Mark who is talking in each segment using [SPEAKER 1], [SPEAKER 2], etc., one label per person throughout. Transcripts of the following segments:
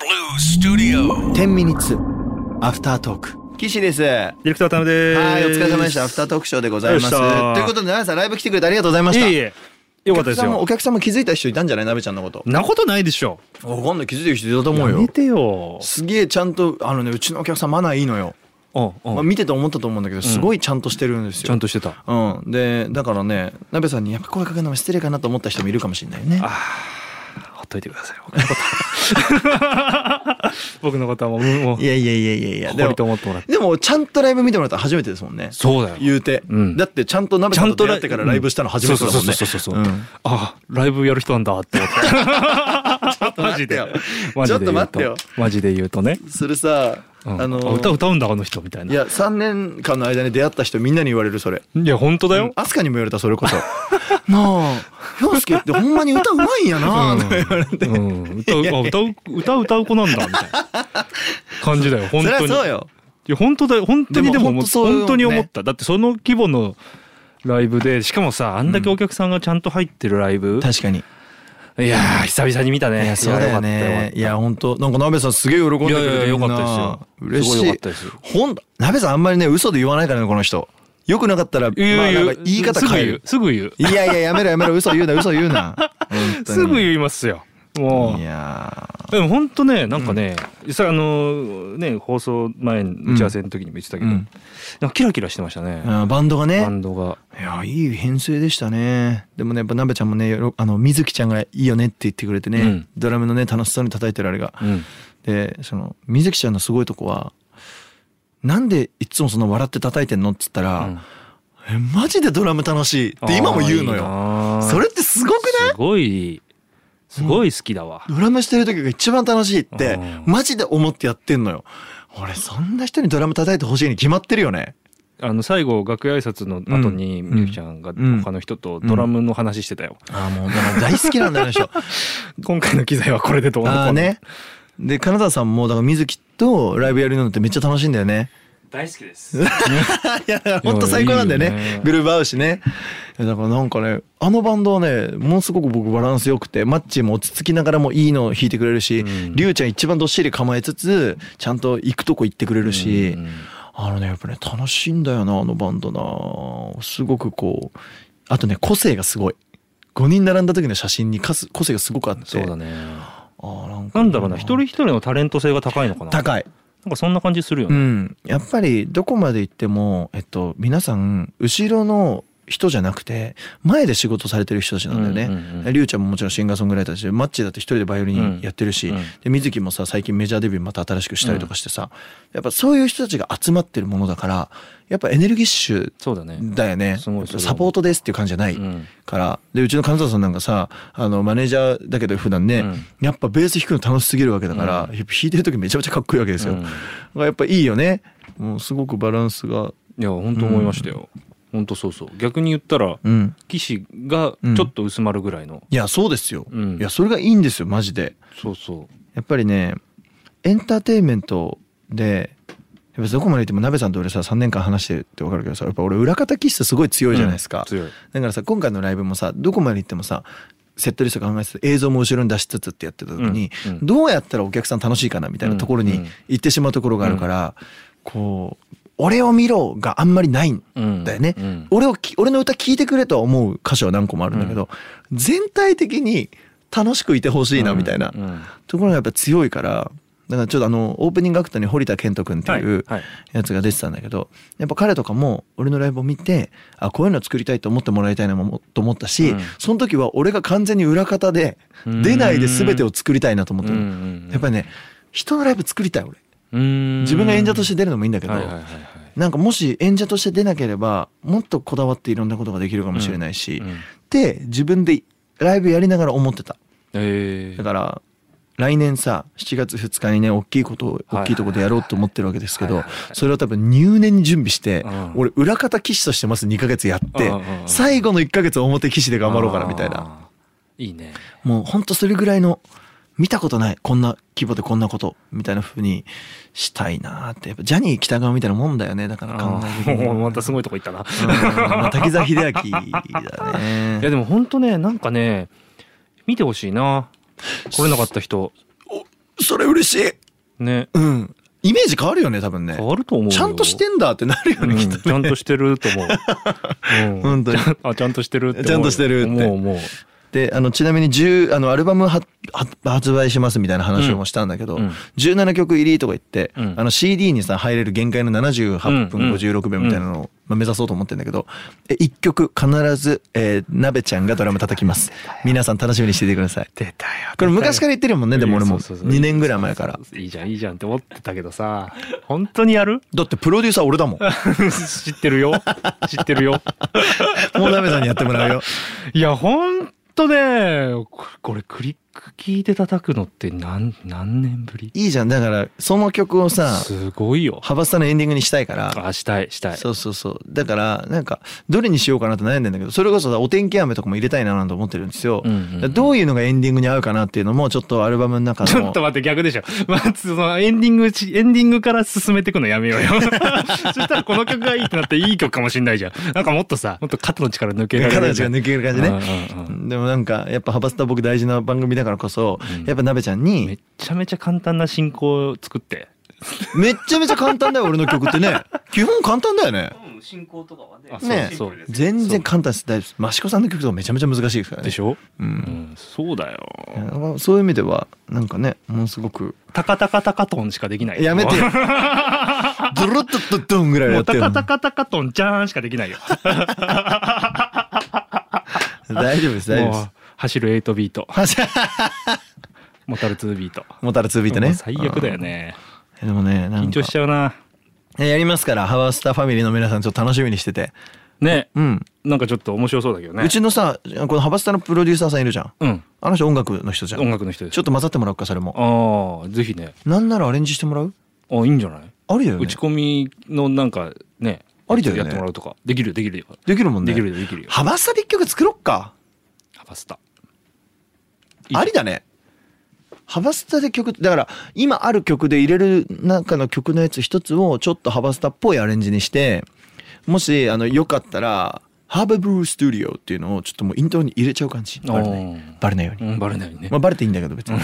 [SPEAKER 1] Blue Studio
[SPEAKER 2] 10ミニッツアフタートーク岸ですは
[SPEAKER 3] ディレクター渡辺で
[SPEAKER 2] いお疲
[SPEAKER 3] す。
[SPEAKER 2] れ様でしたアフタートークショーでございます
[SPEAKER 3] よ
[SPEAKER 2] と
[SPEAKER 3] っしゃ
[SPEAKER 2] い
[SPEAKER 3] ー
[SPEAKER 2] うことで奈良さんライブ来てくれてありがとうございました
[SPEAKER 3] いえいえ。よかったで
[SPEAKER 2] お客さ
[SPEAKER 3] す
[SPEAKER 2] んもお
[SPEAKER 3] よ。
[SPEAKER 2] 客さんも気づいた人いたんじゃないなべちゃんのこと
[SPEAKER 3] なことないでしょ。
[SPEAKER 2] わかんない気づいてる人いたと思う
[SPEAKER 3] や
[SPEAKER 2] よ
[SPEAKER 3] めてよ。
[SPEAKER 2] すげえちゃんとあのねうちのお客さんマナーいいのよ、
[SPEAKER 3] うん
[SPEAKER 2] まあ、
[SPEAKER 3] うん。
[SPEAKER 2] 見てて思ったと思うんだけどすごいちゃんとしてるんです
[SPEAKER 3] ちゃ
[SPEAKER 2] よ
[SPEAKER 3] ん、としてた。
[SPEAKER 2] うんでだからねなべさんにやっぱ声かけるのも失礼かなと思った人もいるかもしれないね
[SPEAKER 3] ほっといてください。僕のことは 僕のことはもううんもう
[SPEAKER 2] いやいやいやいやいやで
[SPEAKER 3] 誇りと
[SPEAKER 2] も
[SPEAKER 3] 思ってもらって。
[SPEAKER 2] でもちゃんとライブ見てもらったの初めてですもんね
[SPEAKER 3] そうだよ。
[SPEAKER 2] 言うて、
[SPEAKER 3] うん
[SPEAKER 2] だってちゃんと鍋さんと出会ってからライブしたの初めてだもんね
[SPEAKER 3] そうそうそうそう
[SPEAKER 2] う
[SPEAKER 3] そう。
[SPEAKER 2] ん
[SPEAKER 3] あ、ライブやる人なんだって思った。マ ジで。マ
[SPEAKER 2] ちょ
[SPEAKER 3] ジ
[SPEAKER 2] っと
[SPEAKER 3] で言う
[SPEAKER 2] 待って
[SPEAKER 3] と
[SPEAKER 2] よ。
[SPEAKER 3] マジで言うとね。
[SPEAKER 2] それさ、
[SPEAKER 3] うん
[SPEAKER 2] あの
[SPEAKER 3] あ歌歌うんだあの人みたい
[SPEAKER 2] い
[SPEAKER 3] な。
[SPEAKER 2] や3年間の間に出会った人みんなに言われるそれ
[SPEAKER 3] いや本当だよ。
[SPEAKER 2] アスカにも言われたそれこそなあ洋介ってほんまに歌うまいんやなとか言われて、
[SPEAKER 3] うん、歌う、あ歌う、歌う、歌う子なんだみたいな感じだ よ。本
[SPEAKER 2] そりゃ
[SPEAKER 3] 当に。
[SPEAKER 2] そうよ
[SPEAKER 3] いや本当だよ本当に
[SPEAKER 2] で
[SPEAKER 3] で
[SPEAKER 2] も
[SPEAKER 3] も思
[SPEAKER 2] 本
[SPEAKER 3] っ
[SPEAKER 2] 当そうよね
[SPEAKER 3] 本当に思っただってその規模のライブでしかもさあんだけお客さんがちゃんと入ってるライブ、
[SPEAKER 2] 確かに
[SPEAKER 3] いやー久々に見たね
[SPEAKER 2] いやそうだよ
[SPEAKER 3] いやよか
[SPEAKER 2] ね
[SPEAKER 3] った
[SPEAKER 2] いや本当なんか鍋さんすげえ喜んでくれてる
[SPEAKER 3] いやいやよかったですよ
[SPEAKER 2] みんな嬉し
[SPEAKER 3] す
[SPEAKER 2] い
[SPEAKER 3] ごいよかったです
[SPEAKER 2] ほん鍋さんあんまりね嘘で言わないからねこの人よくなかったらまあ
[SPEAKER 3] いやいや
[SPEAKER 2] なんか言い方変える
[SPEAKER 3] すぐ言う
[SPEAKER 2] いやいややめろやめろ嘘言うな嘘言うな本当に
[SPEAKER 3] すぐ言うすぐ言いますよも
[SPEAKER 2] いうやー
[SPEAKER 3] でも本当ねなんかね、さあのね放送前打ち合わせの時にも言ってたけど、
[SPEAKER 2] うん
[SPEAKER 3] なんかキラキラしてましたね、
[SPEAKER 2] あーバンドがね
[SPEAKER 3] バンドが
[SPEAKER 2] いやいい編成でしたねでもねやっぱなべちゃんもねよろあの水木ちゃんがいいよねって言ってくれてね、
[SPEAKER 3] うん
[SPEAKER 2] ドラムのね楽しそうに叩いてるあれが、
[SPEAKER 3] うん
[SPEAKER 2] でその水木ちゃんのすごいとこはなんでいつもその笑って叩いてんのっつったら、
[SPEAKER 3] うん
[SPEAKER 2] えマジでドラム楽しいって今も言うの
[SPEAKER 3] あ
[SPEAKER 2] よ
[SPEAKER 3] ーいいなー
[SPEAKER 2] それってすごくない
[SPEAKER 3] すごいすごい好きだわ、
[SPEAKER 2] ドラムしてる時が一番楽しいって
[SPEAKER 3] うん
[SPEAKER 2] マジで思ってやってんのよ俺そんな人にドラム叩いてほしいに決まってるよね
[SPEAKER 3] あの最後楽屋挨拶の後に
[SPEAKER 2] うん
[SPEAKER 3] みゆきちゃんが
[SPEAKER 2] うん
[SPEAKER 3] 他の人とドラムの話してたよ、
[SPEAKER 2] ああもうだから大好きなん だよあの人
[SPEAKER 3] 今回の機材はこれでどうのこう
[SPEAKER 2] あ
[SPEAKER 3] の
[SPEAKER 2] あね。で金沢さんもだから水木とライブやるのってめっちゃ楽しいんだよね。
[SPEAKER 3] 大好きです
[SPEAKER 2] いや本当最高なんだよね。
[SPEAKER 3] いやいいよね
[SPEAKER 2] グルーブ合うしね。いやだからなんかねあのバンドはねものすごく僕バランス良くてマッチも落ち着きながらもいいのを弾いてくれるし、
[SPEAKER 3] うん
[SPEAKER 2] リュウちゃん一番どっしり構えつつちゃんと行くとこ行ってくれるし、
[SPEAKER 3] うん
[SPEAKER 2] あのねやっぱね楽しいんだよなあのバンドなすごくこうあとね個性がすごい。5人並んだ時の写真にかす個性がすごくあって
[SPEAKER 3] そうだね
[SPEAKER 2] あーなんか
[SPEAKER 3] なんだろうな一人一人のタレント性が高いのかななんか
[SPEAKER 2] 高い
[SPEAKER 3] そんな感じするよ
[SPEAKER 2] う
[SPEAKER 3] ね、
[SPEAKER 2] ん、やっぱりどこまで行っても、えっと、皆さん後ろの人じゃなくて前で仕事されてる人たちなんだよね。
[SPEAKER 3] うんうんうん
[SPEAKER 2] りゅうちゃんももちろんシンガーソングライターだしマッチだって一人でバイオリンやってるし、
[SPEAKER 3] うんうん
[SPEAKER 2] で水木もさ最近メジャーデビューまた新しくしたりとかしてさ、やっぱそういう人たちが集まってるものだからやっぱエネルギッシュ
[SPEAKER 3] そうだね
[SPEAKER 2] だよね
[SPEAKER 3] すごいそれは
[SPEAKER 2] サポートですっていう感じじゃない
[SPEAKER 3] うん
[SPEAKER 2] から、でうちの金沢さんなんかさあのマネージャーだけど普段ね、
[SPEAKER 3] うん
[SPEAKER 2] やっぱベース弾くの楽しすぎるわけだから、やっぱ弾いてる時めちゃめちゃかっこいいわけですよ、
[SPEAKER 3] うん
[SPEAKER 2] だからやっぱいいよねもうすごくバランスが
[SPEAKER 3] いや本当思いましたよ、本当そうそう逆に言ったら、
[SPEAKER 2] うん
[SPEAKER 3] 岸がちょっと薄まるぐらいの、
[SPEAKER 2] いやそうですよ、
[SPEAKER 3] うん
[SPEAKER 2] いやそれがいいんですよマジで
[SPEAKER 3] そうそ
[SPEAKER 2] やっぱりねエンターテインメントでやっぱどこまで行っても鍋さんと俺さ3年間話してるって分かるけどさやっぱ俺裏方気質すごい強
[SPEAKER 3] う
[SPEAKER 2] いじゃないですか、
[SPEAKER 3] うん強い
[SPEAKER 2] だからさ今回のライブもさどこまで行ってもさセットリスト考えてて映像も後ろに出しつつってやってた時に、
[SPEAKER 3] うんうん
[SPEAKER 2] どうやったらお客さん楽しいかなみたいなところ
[SPEAKER 3] う
[SPEAKER 2] に
[SPEAKER 3] ん
[SPEAKER 2] 行ってしまうところがあるから、こう「俺を見ろ」があんまりないん
[SPEAKER 3] うん
[SPEAKER 2] だよね、
[SPEAKER 3] うん
[SPEAKER 2] 俺をき俺の歌聴いてくれとは思う箇所は何個もあるんだけど、全体的に楽しくいてほしいなみたいな、
[SPEAKER 3] うんうん
[SPEAKER 2] ところがやっぱ強いからだからちょっとあのオープニングアクトに堀田健人君っていう
[SPEAKER 3] はいはい
[SPEAKER 2] やつが出てたんだけど、やっぱ彼とかも俺のライブを見てあこういうの作りたいと思ってもらいたいなもと思ったし、
[SPEAKER 3] うん
[SPEAKER 2] その時は俺が完全に裏方で
[SPEAKER 3] うん
[SPEAKER 2] 出ないで全てを作りたいなと思ってる、
[SPEAKER 3] うんうんうん
[SPEAKER 2] やっぱりね人のライブ作りたい俺
[SPEAKER 3] うん
[SPEAKER 2] 自分が演者として出るのもいいんだけど、
[SPEAKER 3] はいはいはいはい
[SPEAKER 2] なんかもし演者として出なければもっとこだわっていろんなことができるかもしれないし、
[SPEAKER 3] うん
[SPEAKER 2] って自分でライブやりながら思ってた
[SPEAKER 3] ええ
[SPEAKER 2] だから来年さ7月2日にね大きいことを
[SPEAKER 3] はい
[SPEAKER 2] 大きいとこでやろうと思ってるわけですけ
[SPEAKER 3] は
[SPEAKER 2] ど
[SPEAKER 3] いはいはい
[SPEAKER 2] それを多分入念に準備して
[SPEAKER 3] うん
[SPEAKER 2] 俺裏方騎士としてまず2ヶ月やって
[SPEAKER 3] うんうんうん
[SPEAKER 2] 最後の1ヶ月表騎士で頑張ろうかなみたいな
[SPEAKER 3] あーいいね
[SPEAKER 2] もうほんとそれぐらいの見たことないこんな規模でこんなことみたいな風にしたいなーってやっぱジャニー北川みたいなもんだよねだから考えてみる
[SPEAKER 3] もうまたすごいとこ行ったな
[SPEAKER 2] うんまあ滝沢秀明だね
[SPEAKER 3] い やでも本当ねなんかね見てほしいな来れなかった人
[SPEAKER 2] それ嬉しい
[SPEAKER 3] ね
[SPEAKER 2] うんイメージ変わるよね多分ね
[SPEAKER 3] 変わると思うよ
[SPEAKER 2] ちゃんとしてんだってなるよ
[SPEAKER 3] う
[SPEAKER 2] ね
[SPEAKER 3] ん
[SPEAKER 2] きっと
[SPEAKER 3] ちゃんとしてる と思ううん
[SPEAKER 2] 本当に
[SPEAKER 3] ちゃんあちゃんとしてるって思う
[SPEAKER 2] ちゃんとしてるって
[SPEAKER 3] もうもう
[SPEAKER 2] であのちなみに10あのアルバムはは発売しますみたいな話をもしたんだけど、
[SPEAKER 3] うん
[SPEAKER 2] 17曲入りとか言って、
[SPEAKER 3] うん
[SPEAKER 2] あの CD にさ入れる限界の78
[SPEAKER 3] うん
[SPEAKER 2] 分
[SPEAKER 3] うん
[SPEAKER 2] 56秒みたいなのを、まあ、目指そうと思ってんだけどえ1曲必ず、えー、鍋ちゃんがドラム叩きます皆さん楽しみにしててください出たよこれ昔から言ってるもんねでも俺も
[SPEAKER 3] そうそうそう
[SPEAKER 2] 2年ぐらい前から
[SPEAKER 3] いいじゃんいいじゃんって思ってたけどさ本当にやる
[SPEAKER 2] だってプロデューサー俺だもん
[SPEAKER 3] 知ってるよ知ってるよ
[SPEAKER 2] もう鍋さんにやってもらうよ
[SPEAKER 3] いや本当ねここれクリック聞いて叩くのって何何年ぶり
[SPEAKER 2] いいじゃんだからその曲をさ
[SPEAKER 3] すごいよ
[SPEAKER 2] 羽バスタのエンディングにしたいから
[SPEAKER 3] あしたいしたい
[SPEAKER 2] そうそうそうだからなんかどれにしようかなって悩んでんだけどそれこそさお天気雨とかも入れたいななんて思ってるんですよ、
[SPEAKER 3] うんうんうん
[SPEAKER 2] だからどういうのがエンディングに合うかなっていうのもちょっとアルバムの中の
[SPEAKER 3] ちょっと待って逆でしょ。まあ、そのエンディングし、エンディングから進めていくのやめよ うよ。そしたらこの曲がいいってなっていい曲かもしんないじゃん。なんかもっとさ、もっと肩の力抜けられる。
[SPEAKER 2] 形が抜ける感じね、
[SPEAKER 3] うんうんうん
[SPEAKER 2] でもなんかやっぱ「ハバスタ」僕大事な番組だからこそ、
[SPEAKER 3] うん
[SPEAKER 2] やっぱなべちゃん
[SPEAKER 3] め
[SPEAKER 2] に
[SPEAKER 3] ちゃめちゃ簡単な進行を作って。
[SPEAKER 2] めっちゃめちゃ簡単だよ俺の曲って ね基本簡単だよね
[SPEAKER 4] 進行とかはね
[SPEAKER 3] あ
[SPEAKER 2] ね
[SPEAKER 3] そうそう
[SPEAKER 2] 全然簡単です大丈夫です益子さんの曲とかめちゃめちゃ難しいですからね
[SPEAKER 3] でしょ、
[SPEAKER 2] う、
[SPEAKER 3] うんん、そうだよ。
[SPEAKER 2] うんそういう意味ではなんかねものすごく
[SPEAKER 3] タカタカタカトンしかできない。
[SPEAKER 2] やめてよドロッとドッドンぐらいは
[SPEAKER 3] も
[SPEAKER 2] や
[SPEAKER 3] う
[SPEAKER 2] って
[SPEAKER 3] タ
[SPEAKER 2] る
[SPEAKER 3] カタカタカトンじゃーんしかできないよ。
[SPEAKER 2] 大丈夫です大丈夫で
[SPEAKER 3] も
[SPEAKER 2] す
[SPEAKER 3] う走る8ビート、
[SPEAKER 2] はしゃ
[SPEAKER 3] モタル2ビート。
[SPEAKER 2] モタルツービートね
[SPEAKER 3] もう最悪だよね。
[SPEAKER 2] うんでもねなん
[SPEAKER 3] 緊
[SPEAKER 2] か
[SPEAKER 3] 張しちゃうな。
[SPEAKER 2] えやりますからハワスタファミリーの皆さんちょっと楽しみにしてて
[SPEAKER 3] ね、
[SPEAKER 2] うん、
[SPEAKER 3] なんかちょっと面白そうだけどね。
[SPEAKER 2] うちのさこのハバスタのプロデューサーさんいるじゃん
[SPEAKER 3] うん。
[SPEAKER 2] あの人音楽の人じゃん
[SPEAKER 3] 音楽の人です
[SPEAKER 2] ちょっと混ざってもらおうかそれも
[SPEAKER 3] ああぜひね
[SPEAKER 2] なんならアレンジしてもらう
[SPEAKER 3] あいいんじゃない、
[SPEAKER 2] ありだよ
[SPEAKER 3] 打
[SPEAKER 2] ね
[SPEAKER 3] ち込みのなんかね
[SPEAKER 2] ありだよね
[SPEAKER 3] やってもらうとかできるよできるよ、
[SPEAKER 2] できるもんね
[SPEAKER 3] できるよできるよ
[SPEAKER 2] ハバスタで一曲作ろっか
[SPEAKER 3] ハバスタいい
[SPEAKER 2] ありだねハバスタで曲だから今ある曲で入れる中の曲のやつ一つをちょっとハバスタっぽいアレンジにしてもしあのよかったらハーブブルースタジオっていうのをちょっともうイントロに入れちゃう感じバレないバレないように、
[SPEAKER 3] うんバレないよね、
[SPEAKER 2] まあ、バレていいんだけど別に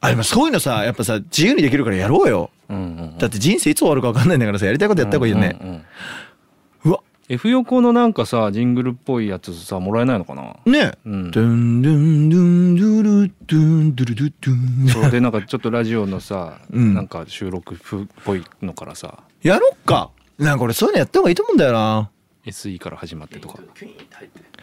[SPEAKER 2] あでもそういうのさやっぱさ自由にできるからやろうよ
[SPEAKER 3] うんうん
[SPEAKER 2] だって人生いつ終わるか分かんないんだからさやりたいことやった方がいいよね、
[SPEAKER 3] うんうんうん
[SPEAKER 2] うわ
[SPEAKER 3] F 横のなんかさジングルっぽいやつさもらえないのかな
[SPEAKER 2] ねえ
[SPEAKER 3] うん
[SPEAKER 2] ドゥンドゥンドゥンドゥルドゥンドゥルドゥドゥン
[SPEAKER 3] そうでなんかちょっとラジオのさ、
[SPEAKER 2] うん
[SPEAKER 3] なんか収録風っぽいのからさ
[SPEAKER 2] やろっかなんか俺そういうのやった方がいいと思うんだよな
[SPEAKER 3] SE から始まってとか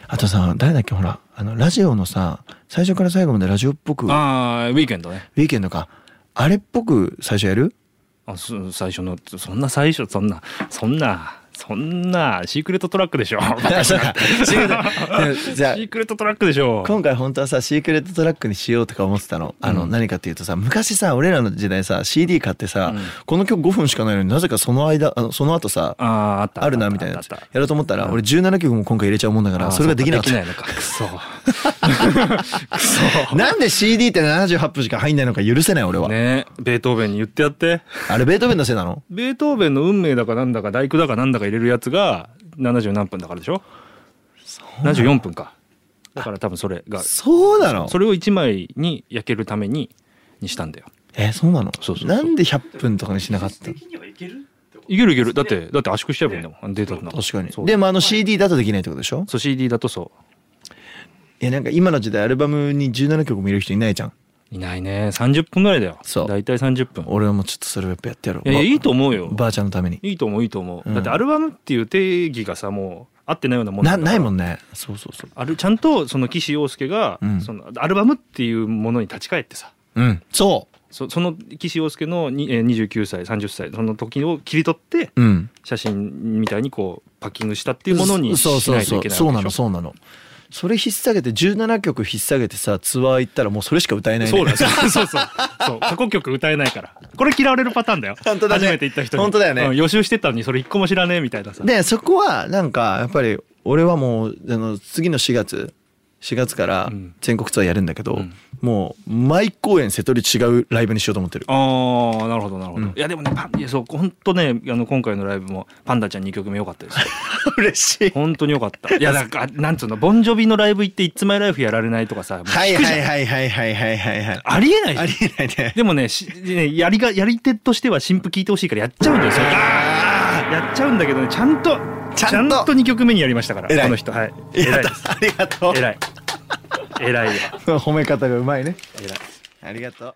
[SPEAKER 2] あとさ誰だっけほらあのラジオのさ最初から最後までラジオっぽくウィ
[SPEAKER 3] ああウィーケンドね
[SPEAKER 2] ーケンドかあれっぽく最初やる
[SPEAKER 3] あす最初のそんな最初そんなそんなそんなシークレットトラックでしょ
[SPEAKER 2] あそうかシークレット じゃあ
[SPEAKER 3] シークレットトラックでしょ
[SPEAKER 2] 今回本当はさシークレットトラックにしようとか思ってたのあの、
[SPEAKER 3] うん
[SPEAKER 2] 何かっていうとさ昔さ俺らの時代さ CD 買ってさ、
[SPEAKER 3] うん
[SPEAKER 2] この曲5分しかないのになぜかその間あのその後さ
[SPEAKER 3] あああった
[SPEAKER 2] あるなみたいな
[SPEAKER 3] あ
[SPEAKER 2] や
[SPEAKER 3] っ
[SPEAKER 2] つ
[SPEAKER 3] たあ
[SPEAKER 2] や
[SPEAKER 3] ったあった
[SPEAKER 2] ろうと思ったら俺17曲も今回入れちゃうもんだから
[SPEAKER 3] あ
[SPEAKER 2] それができなかった
[SPEAKER 3] そうできないのかくそく
[SPEAKER 2] なんで CD って78分しか入んないのか許せない俺
[SPEAKER 3] そ
[SPEAKER 2] は、
[SPEAKER 3] ねベートーベンに言ってやって
[SPEAKER 2] あれベートーベンのせいなの
[SPEAKER 3] ベートーベンの運命だかなんだか大工だかなんだか入れるやつが70何分だからでしょ74分かだから多分それが
[SPEAKER 2] そうなの
[SPEAKER 3] それを1枚に焼けるためににしたんだよ
[SPEAKER 2] えそうなの
[SPEAKER 3] そうそうそう
[SPEAKER 2] なんで100分とかにしなかったの
[SPEAKER 4] 的にはいけるってこと
[SPEAKER 3] いけるいけるだってだって圧縮しちゃえばいいんだもんあのデータの中
[SPEAKER 2] 確かに
[SPEAKER 3] そう
[SPEAKER 2] でもあの CD だとできないってことでしょ
[SPEAKER 3] そう CD だとそ
[SPEAKER 2] いやなんか今の時代アルバムに17曲も入れる人いないじゃん
[SPEAKER 3] ういないね30分ぐらいだよ
[SPEAKER 2] そう
[SPEAKER 3] 大体30分
[SPEAKER 2] 俺はもうちょっとそれをやっぱやってやろう
[SPEAKER 3] いやいや
[SPEAKER 2] ば
[SPEAKER 3] いいと思うよ
[SPEAKER 2] ばあちゃんのために
[SPEAKER 3] いいと思ういいと思う、
[SPEAKER 2] うん
[SPEAKER 3] だってアルバムっていう定義がさもう合ってないようなもん
[SPEAKER 2] なないも
[SPEAKER 3] ん
[SPEAKER 2] んねそうそうそう
[SPEAKER 3] あるちゃんとその岸洋介が、
[SPEAKER 2] うん
[SPEAKER 3] そのアルバムっていうものに立ち返ってさ
[SPEAKER 2] うんそ
[SPEAKER 3] そその岸洋介のにえー29歳30歳その時を切り取って
[SPEAKER 2] ううん
[SPEAKER 3] 写真みたいにこうパッキングしたっていうものにし
[SPEAKER 2] そうそ
[SPEAKER 3] な
[SPEAKER 2] う
[SPEAKER 3] いと
[SPEAKER 2] そ
[SPEAKER 3] いけ
[SPEAKER 2] う
[SPEAKER 3] ない
[SPEAKER 2] そうなの
[SPEAKER 3] う
[SPEAKER 2] そうなのそれ引っ提げて17曲引っ提げてさツアー行ったらもうそれしか歌えないね
[SPEAKER 3] そうだよそうそうそうそう過去曲歌えないからこれ嫌われるパターンだよ
[SPEAKER 2] 本当だね
[SPEAKER 3] 初めて行った人に
[SPEAKER 2] 本当だよね
[SPEAKER 3] うん予習してたのにそれ一個も知らねえみたいなさ
[SPEAKER 2] でそこはなんかやっぱり俺はもうあの次の4月4月から
[SPEAKER 3] うん
[SPEAKER 2] 全国ツアーやるんだけど、
[SPEAKER 3] うん
[SPEAKER 2] もう毎公演瀬戸り違うライブにしようと思ってる
[SPEAKER 3] ああなるほどなるほど、
[SPEAKER 2] うん
[SPEAKER 3] いやでもねパンいやそう本当ねあの今回のライブもパンダちゃん2曲目良かったです
[SPEAKER 2] 嬉しい
[SPEAKER 3] 本当に良かったいやなんかなんつうのボンジョビのライブ行って「いつまいライフやられないとかさもう
[SPEAKER 2] はいはいはいはいはいはいはいはい
[SPEAKER 3] ありえないじゃん
[SPEAKER 2] ありえないね
[SPEAKER 3] でもねしねやりがやり手としては新譜聞いてほしいからやっちゃうんだよそれあーやっちゃうんだけどねちゃんと
[SPEAKER 2] ちゃんと
[SPEAKER 3] 2曲目にやりましたから
[SPEAKER 2] 偉い
[SPEAKER 3] この人はい
[SPEAKER 2] や
[SPEAKER 3] 偉い
[SPEAKER 2] った
[SPEAKER 3] です
[SPEAKER 2] ありがとう
[SPEAKER 3] 偉い偉いよ
[SPEAKER 2] 褒め方がうまいね
[SPEAKER 3] 偉い
[SPEAKER 2] ありがとう